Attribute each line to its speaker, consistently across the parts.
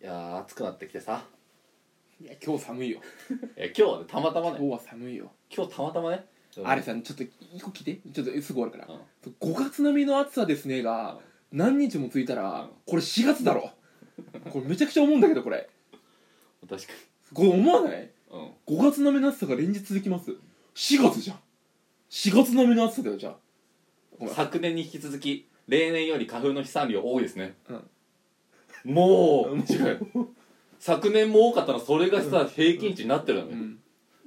Speaker 1: いやー暑くなってきてさ
Speaker 2: いや今日寒いよ
Speaker 1: え今日はねたまたまね
Speaker 2: 今日は寒いよ
Speaker 1: 今日たまたまね
Speaker 2: あれさちょっと一個聞いてちょっとすぐ終わるから
Speaker 1: うん
Speaker 2: 5月並みの暑さですねが何日もついた
Speaker 1: う
Speaker 2: ら
Speaker 1: ん
Speaker 2: これ4月だろこれめちゃくちゃ思うんだけどこれ
Speaker 1: 確か
Speaker 2: これ思わない
Speaker 1: にうん
Speaker 2: ?5 月並みの暑さが連日続きます4月じゃん4月並みの暑さだよじゃあごめん
Speaker 1: 昨年に引き続き例年より花粉の飛散量多いですね、
Speaker 2: うん
Speaker 1: も
Speaker 2: うん
Speaker 1: う違う昨年も多かったのそれがさ、平均値になってるのね、
Speaker 2: うん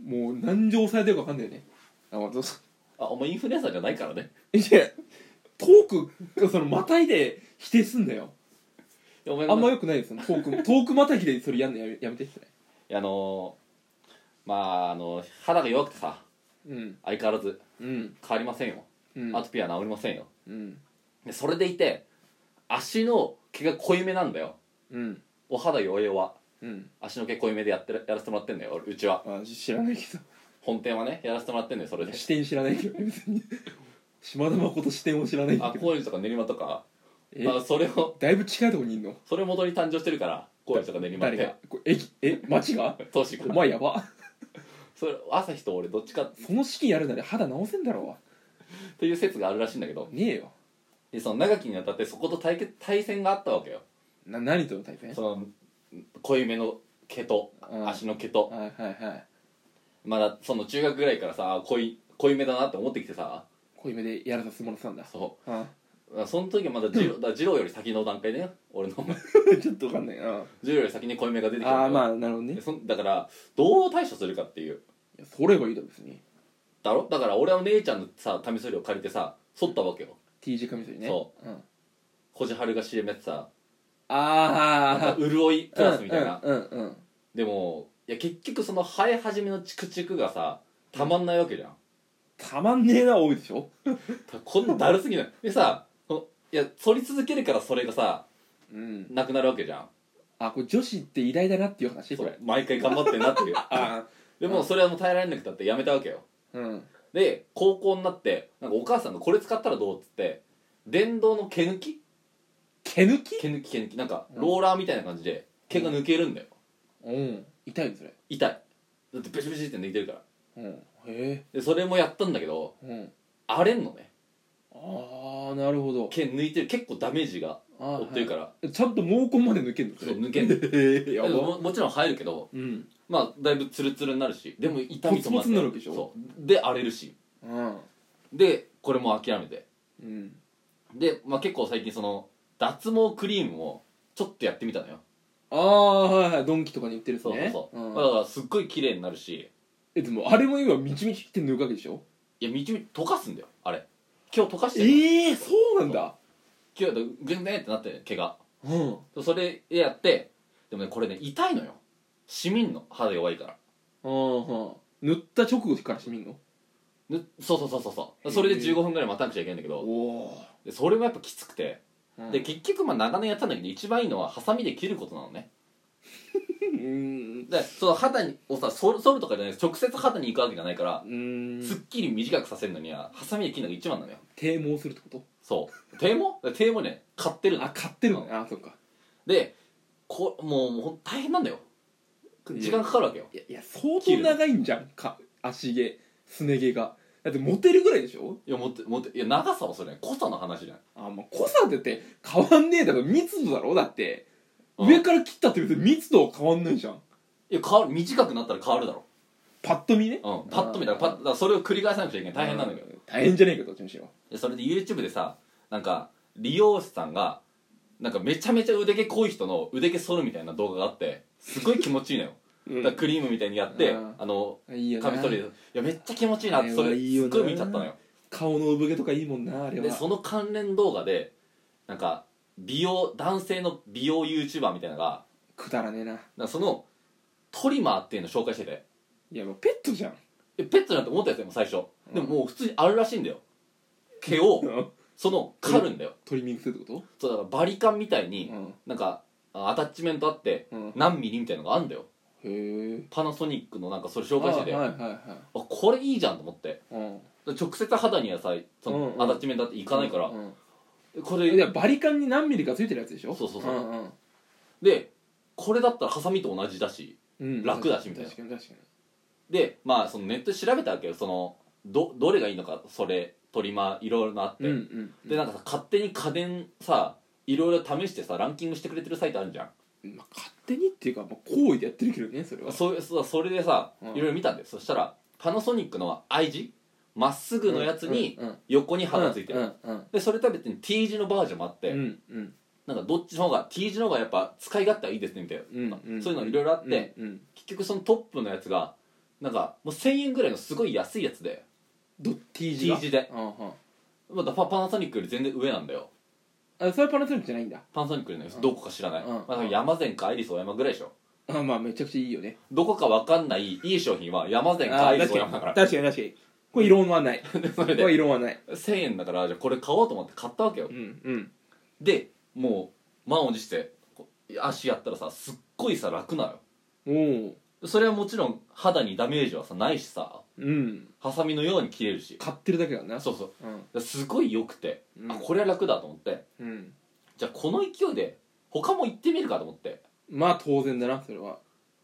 Speaker 2: もう何錠抑えてるか分かんないよねあまあどうぞ
Speaker 1: あお前インフルエンサーじゃないからね
Speaker 2: いやトークそのまたいで否定すんだよ
Speaker 1: いやお前
Speaker 2: あんま
Speaker 1: い
Speaker 2: よくないですよトークトークまたぎでそれやんのやめやめてそれ
Speaker 1: やあのー、まああの肌が弱くてさ
Speaker 2: うん
Speaker 1: 相変わらず
Speaker 2: うん
Speaker 1: 変わりませんよ、
Speaker 2: うん
Speaker 1: アトピーは治りませんよ
Speaker 2: うん
Speaker 1: でそれでいて足の毛が濃いめなんだよ
Speaker 2: うん
Speaker 1: お肌弱々
Speaker 2: うん
Speaker 1: 足の毛濃いめでやってるやらせてもらってんだよ俺うちは
Speaker 2: あ知らないけ
Speaker 1: 本店はねやらせてもらってんだよそれ
Speaker 2: ど
Speaker 1: で
Speaker 2: 視点知らないけど別に島田誠視点を知らない
Speaker 1: あ
Speaker 2: けど
Speaker 1: 高円寺とか練馬とか
Speaker 2: え
Speaker 1: まあ、それを
Speaker 2: だいぶ近いとこにいんの
Speaker 1: それ元に誕生してるから高円寺とか練馬っ
Speaker 2: 誰
Speaker 1: て
Speaker 2: がこれ駅え町が
Speaker 1: 都市が
Speaker 2: お前やば
Speaker 1: それ朝日と俺どっちかっ
Speaker 2: その資金やるなら肌直せんだろ
Speaker 1: ていう説があるらしいんだけど
Speaker 2: うねえよ
Speaker 1: でその長きにわたってそこと対決対戦があったわけよ
Speaker 2: な何との対戦
Speaker 1: その濃いめの毛と
Speaker 2: うん
Speaker 1: 足の毛と
Speaker 2: はいはいはい
Speaker 1: まだその中学ぐらいからさ濃い濃いめだなって思ってきてさ
Speaker 2: 濃いめでやらさせてもらってたんだ
Speaker 1: そ
Speaker 2: あ
Speaker 1: うその時はまだ二郎だから二郎より先の段階でね俺の
Speaker 2: ちょっとわかんないな
Speaker 1: 二郎より先に濃いめが出てきたんだよ
Speaker 2: ああまあなるほどね
Speaker 1: でそんだからどう対処するかっていう
Speaker 2: いやそれはいいだろ別に
Speaker 1: だろだから俺は姉ちゃんのさカミソリを借りてさ剃ったわけよ
Speaker 2: T 字カミソリね、
Speaker 1: そう
Speaker 2: ん、
Speaker 1: こじはるが CM やってさなんか
Speaker 2: ああ
Speaker 1: 潤いプラスみたいな、
Speaker 2: うんうんうん
Speaker 1: でもいや結局その生え始めのチクチクがさたまんないわけじゃん
Speaker 2: たまんねえな多いでしょ
Speaker 1: たこんなだるすぎないでさこのいや剃り続けるからそれがさ
Speaker 2: うん
Speaker 1: なくなるわけじゃん
Speaker 2: あこれ女子って偉大だなっていう話
Speaker 1: そ
Speaker 2: こ
Speaker 1: れ
Speaker 2: れ
Speaker 1: 毎回頑張ってんな っていう
Speaker 2: あ
Speaker 1: でもそれはもう耐えられなくたってやめたわけよ
Speaker 2: あうん
Speaker 1: で高校になってなんかお母さんがこれ使ったらどうっつって電動の毛抜き
Speaker 2: 毛抜き
Speaker 1: 毛抜き毛抜きなんか
Speaker 2: うん
Speaker 1: ローラーみたいな感じで毛が抜けるんだよ
Speaker 2: うん痛いのそれ
Speaker 1: 痛いだってブシブシって抜いてるから
Speaker 2: うんへえ
Speaker 1: でそれもやったんだけど
Speaker 2: うん
Speaker 1: 荒れんのね
Speaker 2: ああなるほど
Speaker 1: 毛抜いてる結構ダメージが
Speaker 2: ああ
Speaker 1: 負ってるから、
Speaker 2: はいちゃんと毛根まで抜けんのそ
Speaker 1: そ
Speaker 2: れ
Speaker 1: う抜けんの
Speaker 2: へえ や
Speaker 1: でも
Speaker 2: ば
Speaker 1: ももちろん生えるけど
Speaker 2: うん
Speaker 1: まあだいぶツルツルになるしでも痛み止ま
Speaker 2: ポツポツになるわけでしょ
Speaker 1: そうで荒れるし
Speaker 2: うん
Speaker 1: でこれも諦めて
Speaker 2: うん
Speaker 1: で、まあ、結構最近その脱毛クリームをちょっとやってみたのよ
Speaker 2: ああはいはいドンキとかに売ってるやつ
Speaker 1: そうそう
Speaker 2: ね
Speaker 1: そう、
Speaker 2: ん
Speaker 1: まあだからすっごい綺麗になるし
Speaker 2: えでもあれも今みちみちって抜くわけでしょ
Speaker 1: いやみちみち溶かすんだよあれ今日溶かしてる
Speaker 2: ええそうなんだ
Speaker 1: 今日グングンってなってる毛が
Speaker 2: うん
Speaker 1: それやってでもねこれね痛いのよしみんの肌弱いから
Speaker 2: うん塗った直後からしてみんの
Speaker 1: ぬそうそうそうそうそうそれで15分ぐらい待たなくちゃいけないんだけど
Speaker 2: おお、
Speaker 1: でそれもやっぱきつくて、で
Speaker 2: で
Speaker 1: 結局まあ長年やったんだけど一番いいのはハサミで切ることなのね
Speaker 2: うん
Speaker 1: でその肌にをさ剃る剃るとかじゃない直接肌に行くわけじゃないから、
Speaker 2: うん
Speaker 1: すっきり短くさせるのにはハサミで切るのが一番なのよ
Speaker 2: 低毛するってこ
Speaker 1: そう低毛低毛ね買ってる
Speaker 2: と
Speaker 1: の
Speaker 2: あ買ってるのねあそっか
Speaker 1: でこもうもうほん大変なんだよ時間かかるわけよ
Speaker 2: いやいや相当長いんじゃんか足毛すね毛がだってモテるぐらいでしょ
Speaker 1: いやもってもっていや長さはそれね濃さの話じゃない
Speaker 2: あまあ濃さだって変わんねえだろ密度だろだって
Speaker 1: うん
Speaker 2: 上から切ったって別に密度は変わんないじゃん
Speaker 1: いや変わる短くなったら変わるだろ
Speaker 2: パッと見
Speaker 1: う
Speaker 2: ね
Speaker 1: ん、パッと見たらパッだからそれを繰り返さなくちゃいけない大変なんだけど
Speaker 2: う大変じゃねえかどっちにしろ
Speaker 1: でそれで YouTube でさなんか利用者さんがなんかめちゃめちゃ腕毛濃い人の腕毛剃るみたいな動画があってすごい気持ちいいのよだからクリームみたいにやって、
Speaker 2: うん
Speaker 1: あの
Speaker 2: いいよな
Speaker 1: カミソリでいやめっちゃ気持ちいいなってそ
Speaker 2: あれ
Speaker 1: れ
Speaker 2: はいいよ
Speaker 1: す
Speaker 2: な
Speaker 1: っごい見ちゃったのよ
Speaker 2: 顔の産毛とかいいもんなあれは
Speaker 1: でその関連動画でなんか美容男性の美容 YouTuber みたいなのが
Speaker 2: くだらねえな
Speaker 1: なんかそのトリマーっていうのを紹介してて
Speaker 2: いやもうペットじゃん
Speaker 1: えペットなんて思ったやつでも最初
Speaker 2: うん
Speaker 1: でももう普通にあるらしいんだよ毛をその刈るんだよ
Speaker 2: トリミングするってこ
Speaker 1: そうだからバリカンみたい
Speaker 2: と
Speaker 1: に
Speaker 2: ん
Speaker 1: なんかあアタッチメントあって
Speaker 2: うん
Speaker 1: 何ミリみたいなのがあるんだよ
Speaker 2: へえ
Speaker 1: パナソニックのなんかそれ紹介してて
Speaker 2: はい
Speaker 1: あ
Speaker 2: はいはい
Speaker 1: これいいじゃんと思って
Speaker 2: うん
Speaker 1: 直接肌にはさそ
Speaker 2: うん
Speaker 1: の
Speaker 2: うん
Speaker 1: アタッチメントあっていかないから
Speaker 2: うん
Speaker 1: こ
Speaker 2: えだ
Speaker 1: れ
Speaker 2: からバリカンに何ミリかついてるやつでしょ
Speaker 1: そうそうそう
Speaker 2: うんうん
Speaker 1: でここれだったらハサミと同じだし
Speaker 2: うん
Speaker 1: 楽だしみたいな
Speaker 2: 確かに確かに
Speaker 1: でまあそのネットで調べたわけよそのどどれがいいのかそれトリマーいろいろなあって、
Speaker 2: うんうんうん
Speaker 1: でなんかさ勝手に家電さいろいろ試してさランキングしてくれてるサイトあるじゃん
Speaker 2: まあ、勝手にっていうか、まあ、行為でやってるけどねそれは
Speaker 1: そうそうそれでさ
Speaker 2: うん
Speaker 1: いろいろ見たんでそしたらパナソニックの I 字まっすぐのやつに
Speaker 2: うんうん
Speaker 1: 横に刃がついてる、
Speaker 2: うんうん
Speaker 1: でそれとは別に T 字のバージョンもあって、
Speaker 2: うんうん
Speaker 1: なんかどっちの方が T 字の方がやっぱ使い勝手はいいですねみたいな、
Speaker 2: うんうん
Speaker 1: そういうのいろいろあって、
Speaker 2: うんうん
Speaker 1: 結局そのトップのやつがなんかもう1000円ぐらいのすごい安いやつで
Speaker 2: ど T 字が
Speaker 1: T 字で
Speaker 2: うんうん
Speaker 1: まだパパナソニックより全然上なんだよ
Speaker 2: あそれはパナソニックじゃないんだ
Speaker 1: パナソニックよりね
Speaker 2: うん
Speaker 1: どこか知らない、
Speaker 2: うん
Speaker 1: まあ、だから山善かアイリスオーヤマぐらいでしょ
Speaker 2: あまあめちゃくちゃいいよね
Speaker 1: どこかわかんないいい商品は山善か
Speaker 2: あ
Speaker 1: アイ
Speaker 2: ー
Speaker 1: リス
Speaker 2: 確
Speaker 1: オーヤ
Speaker 2: かに
Speaker 1: マだから
Speaker 2: 確かに確かにこれ異論は ない
Speaker 1: そ
Speaker 2: こ
Speaker 1: れ
Speaker 2: れ
Speaker 1: で
Speaker 2: は異論はない
Speaker 1: 1000円だからじゃあこれ買おうと思って買ったわけよ
Speaker 2: うんうん
Speaker 1: でもう満を持してこう足やったらさすっごいさ楽なのよ
Speaker 2: おお
Speaker 1: それはもちろん肌にダメージはさないしさ
Speaker 2: うん
Speaker 1: ハサミのように切れるし
Speaker 2: 買ってるだけだな
Speaker 1: そうそう
Speaker 2: うん
Speaker 1: だからすごい良くて、
Speaker 2: うん
Speaker 1: あこれは楽だと思って
Speaker 2: うん
Speaker 1: じゃあこの勢いで他も行ってみるかと思って
Speaker 2: まあ当然だなそれは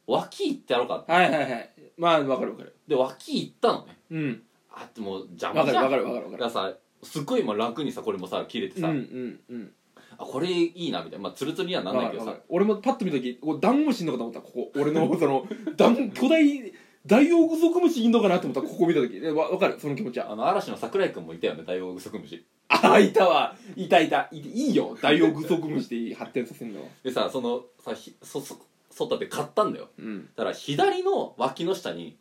Speaker 1: 脇行ってやろうかって
Speaker 2: はいはいはいまあわかるわかる
Speaker 1: で脇行ったのね
Speaker 2: うん
Speaker 1: あってもう邪
Speaker 2: わ
Speaker 1: 魔
Speaker 2: か
Speaker 1: じ
Speaker 2: る
Speaker 1: ゃん
Speaker 2: わかるわかるわか
Speaker 1: だ
Speaker 2: る
Speaker 1: からさすっごいもう楽にさこれもさ切れて
Speaker 2: うん
Speaker 1: さ、
Speaker 2: うんうん
Speaker 1: あこれいいなみたいなまあツルツルにはなんないけど
Speaker 2: わ
Speaker 1: さ
Speaker 2: かるわかる俺もパッと見た時こうダンゴムシいんのかと思ったここ俺 のそのダン巨大ダイオウグソクムシいんのかなと思ったここ見た時でわわかるその気持ちは
Speaker 1: あの嵐の桜井君もいたよね大王グソクムシ
Speaker 2: ああいたわいたいたいいいよダイオウグソクムシで発展させるのは
Speaker 1: でさそのさひそそ外で買ったんだよ
Speaker 2: うん
Speaker 1: だから左の脇の下に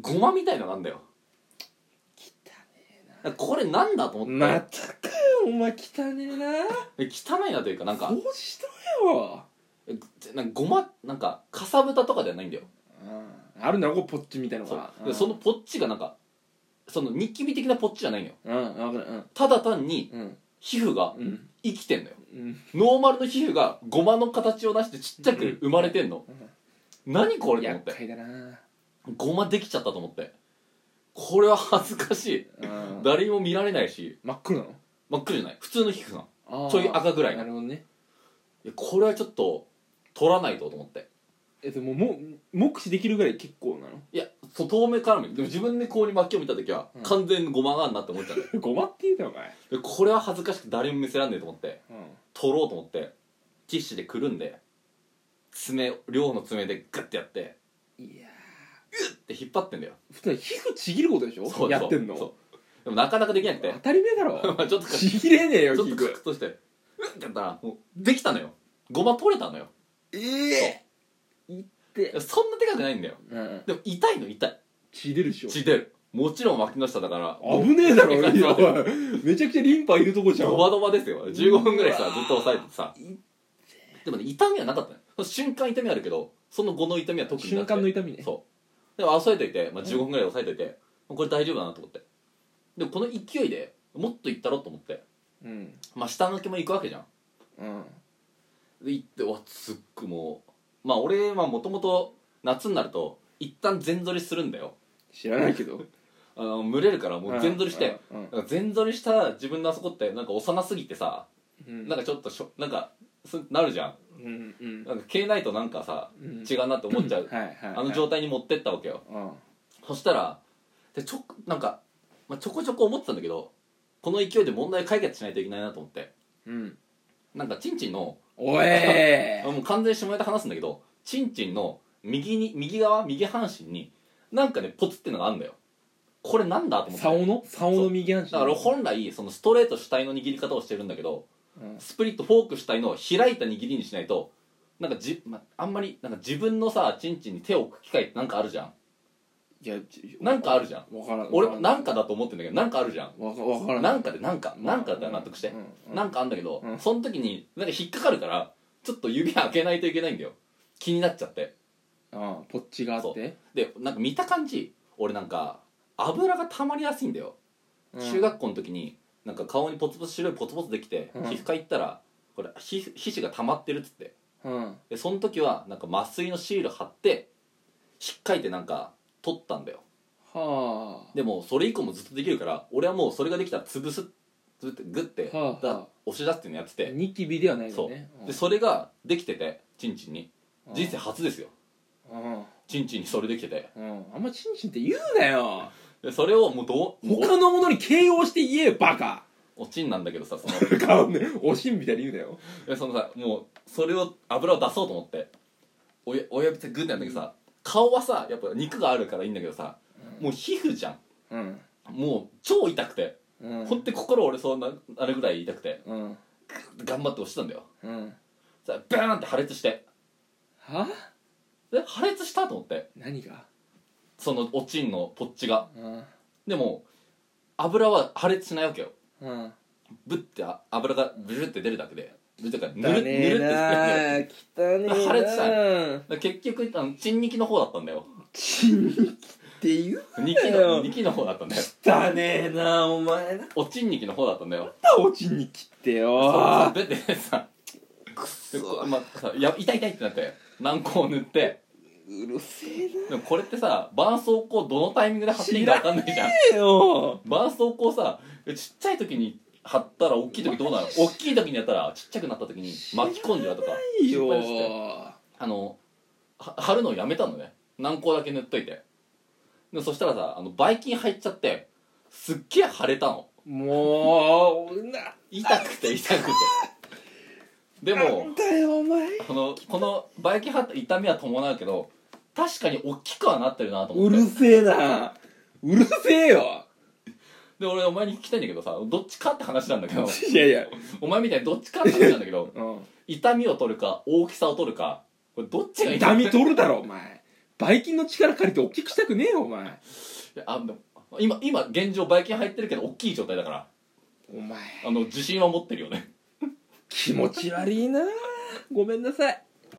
Speaker 1: ゴマみたいのがあんだよだからこれなんだと思って、
Speaker 2: またかよお前汚ねえな
Speaker 1: で汚いなというかなんか
Speaker 2: 掃除しろよ
Speaker 1: えなんかごまなんかかさぶたとかではないんだよ
Speaker 2: うんあるんだろこうポッチみたいなの
Speaker 1: そう
Speaker 2: が
Speaker 1: でそのポッチがなんかそのニキビ的なポッチじゃないのよ
Speaker 2: うんうんわかるうん
Speaker 1: ただ単に
Speaker 2: うん
Speaker 1: 皮膚が
Speaker 2: うん
Speaker 1: 生きてんのよ
Speaker 2: うん
Speaker 1: ノーマルの皮膚がゴマの形をなしてちっちゃく生まれてんの、何これと思っ
Speaker 2: 厄
Speaker 1: て
Speaker 2: 介だな
Speaker 1: ゴマできちゃったと思ってこれは恥ずかしい
Speaker 2: うん
Speaker 1: 誰にも見られないし
Speaker 2: 真っ黒なの
Speaker 1: 真っ黒じゃない普通の皮膚なの
Speaker 2: あー
Speaker 1: ちょい赤ぐらいの
Speaker 2: なるほどね
Speaker 1: いやこれはちょっと取らないとと思って
Speaker 2: えでももう目視できるぐらい結構なの
Speaker 1: いやそう遠目から見てでも自分でこうに巻きを見た時は
Speaker 2: うん
Speaker 1: 完全にゴマがあんなって思っちゃうんだよ
Speaker 2: ごまって言うたお前
Speaker 1: でこれは恥ずかしくて誰にも見せらんねえと思って取ろうと思ってティッシュでくるんで爪両の爪でガッてやって
Speaker 2: うんいや
Speaker 1: で引っ張ってんだよ
Speaker 2: ー普通は皮膚ちぎることでしょ
Speaker 1: そうそう
Speaker 2: やってんの
Speaker 1: そうでもなかなかできなくて
Speaker 2: 当たり前だろ
Speaker 1: まあちょっとかち
Speaker 2: ちぎれねえ
Speaker 1: ょ
Speaker 2: よ
Speaker 1: っ
Speaker 2: 皮
Speaker 1: とカク
Speaker 2: 膚
Speaker 1: ッとしてうんってやったらもうできたのよゴマ取れたのよ
Speaker 2: ええいって
Speaker 1: でそんなでかくないんだよ
Speaker 2: うん
Speaker 1: でも痛いの痛い
Speaker 2: 血出るっしょ
Speaker 1: 血出るもちろん脇の下だから
Speaker 2: 危ねえだ ろ
Speaker 1: いや
Speaker 2: いやおいめちゃくちゃリンパいるとこじゃん
Speaker 1: ドバドバですよ15分ぐらいさ
Speaker 2: うわー
Speaker 1: ずっと押さえてさ
Speaker 2: い
Speaker 1: でもね痛みはなかったのよその瞬間痛みはあるけどその後の痛みは特になく
Speaker 2: 瞬
Speaker 1: て
Speaker 2: 間の痛みね
Speaker 1: そうでも押さえといて、まあ、15分ぐらい押さえといて、これ大丈夫だなと思ってでこの勢いでもっといったろと思って、
Speaker 2: うん
Speaker 1: まあ、下向きも行くわけじゃん
Speaker 2: うん
Speaker 1: で行ってうわすっごいもうまあ俺はもともと夏になると一旦全反りするんだよ
Speaker 2: 知らないけど
Speaker 1: あの蒸れるからもう全反りして
Speaker 2: うん
Speaker 1: だから全反りした自分のあそこってなんか幼すぎてさ
Speaker 2: うん
Speaker 1: なんかちょっとしょなんかすなるじゃん
Speaker 2: うんうん
Speaker 1: なんか消えないとなんかさ
Speaker 2: うん
Speaker 1: 違うなって思っちゃう、
Speaker 2: はいはいはい
Speaker 1: あの状態に持ってったわけよ
Speaker 2: うん
Speaker 1: そしたらでちょなんか、まあ、ちょこちょこ思ってたんだけどこの勢いで問題解決しないといけないなと思って
Speaker 2: うん
Speaker 1: なんかチンチンの
Speaker 2: おえ
Speaker 1: あもう完全に下ネタ話すんだけどチンチンの右に右側右半身になんかねポツってのがあるんだよこれなんだと思って
Speaker 2: 竿の竿の右半身
Speaker 1: だから本来そのストレート主体の握り方をしてるんだけど
Speaker 2: うん
Speaker 1: スプリットフォーク主体の開いた握りにしないとなんかじ、まあんまりなんか自分のさチンチンに手を置く機会ってなんかあるじゃん
Speaker 2: いやち
Speaker 1: なんかあるじゃん
Speaker 2: わからん
Speaker 1: 俺なんかだと思ってんだけどなんかあるじゃん
Speaker 2: わかわからん
Speaker 1: なんかでなんかなんかだったら納得して
Speaker 2: うんうん
Speaker 1: なんかあんだけど
Speaker 2: うん
Speaker 1: その時になんか引っかかるからちょっと指開けないといけないんだよ気になっちゃって
Speaker 2: うんポッチがあって
Speaker 1: でなんか見た感じ俺なんか油が溜まりやすいんだよ
Speaker 2: うん
Speaker 1: 中学校の時になんか顔にポツポツ白いポツポツできて皮
Speaker 2: うん
Speaker 1: 膚科行ったらこれ皮膚皮脂が溜まってるっつって
Speaker 2: うん
Speaker 1: でその時はなんか麻酔のシール貼って引っかいてなんか取ったんだよ
Speaker 2: はあ
Speaker 1: でもそれ以降もずっとできるから俺はもうそれができたら潰す潰ってグッて、
Speaker 2: はあはあ
Speaker 1: だ押し出すっていうのやってて
Speaker 2: ニキビではないよね
Speaker 1: でそれができててチンチンに人生初ですよ
Speaker 2: うん
Speaker 1: チンチンにそれできてて
Speaker 2: うんあんまチンチンって言うなよ
Speaker 1: でそれをもうどう
Speaker 2: 他のものに形容して言えよバカ
Speaker 1: おおちんなんだけどさその
Speaker 2: 顔ねおしんみたいに言うなよ
Speaker 1: でそのさもうそれを油を出そうと思って親親指ってグッてやんだけどさ顔はさやっぱ肉があるからいいんだけどさもう皮膚じゃ
Speaker 2: うん
Speaker 1: んもう超痛くて
Speaker 2: うん
Speaker 1: 本当に心折れそうなあれぐらい痛くて
Speaker 2: うん
Speaker 1: 頑張って押してたんだよ
Speaker 2: うんは
Speaker 1: さバーンって破裂して
Speaker 2: あ
Speaker 1: で破裂したと思って
Speaker 2: 何が
Speaker 1: そのおちんのポッチが
Speaker 2: うん
Speaker 1: でも油は破裂しないわけよ
Speaker 2: うん
Speaker 1: ぶってあ油がブルって出るだけでブルってかぬ
Speaker 2: 汚
Speaker 1: るぬるってして
Speaker 2: ねえなあ汚ね
Speaker 1: 腫れてた
Speaker 2: えなあ
Speaker 1: で結局あのチンニキの方だったんだ よ
Speaker 2: チンキって言う
Speaker 1: ニキのニキの方だったんだよ
Speaker 2: 汚ねえなあお前なん
Speaker 1: おちんにきの方だったんだよ
Speaker 2: だおちんに切ってよ
Speaker 1: そう出てさでこまあさや痛い痛いってなって軟膏を塗って
Speaker 2: うるせえ
Speaker 1: でもこれってさ絆創膏どのタイミングで貼っていいか分かんないじゃん
Speaker 2: なよ
Speaker 1: 絆創膏さちっちゃい時に貼ったら大きい時どうなの大きい時にやったらちっちゃくなった時に巻き込んじゃうとか
Speaker 2: いいよ
Speaker 1: 心配してあのは貼るのをやめたのね軟膏だけ塗っといてでそしたらさあのばい菌入っちゃってすっげえ腫れたの
Speaker 2: もうな
Speaker 1: 痛くて痛くてでも
Speaker 2: なんだよお前
Speaker 1: このこのバイキンハット痛みは伴うけど確かに大きくはなってるなと思
Speaker 2: う
Speaker 1: って
Speaker 2: るせえなうるせえよ
Speaker 1: で俺お前に聞きたいんだけどさどっちかって話なんだ けど
Speaker 2: いやいや
Speaker 1: お前みたいにどっちかって話なんだけど
Speaker 2: うん
Speaker 1: 痛みを取るか大きさを取るかこれどっちがいい
Speaker 2: 痛み取るだろお前バイキンの力借りて大きくしたくねえよお前
Speaker 1: いやあでも今今現状バイキン入ってるけど大きい状態だから
Speaker 2: お前
Speaker 1: あの自信は持ってるよね
Speaker 2: 気持ち悪いなごめんなさい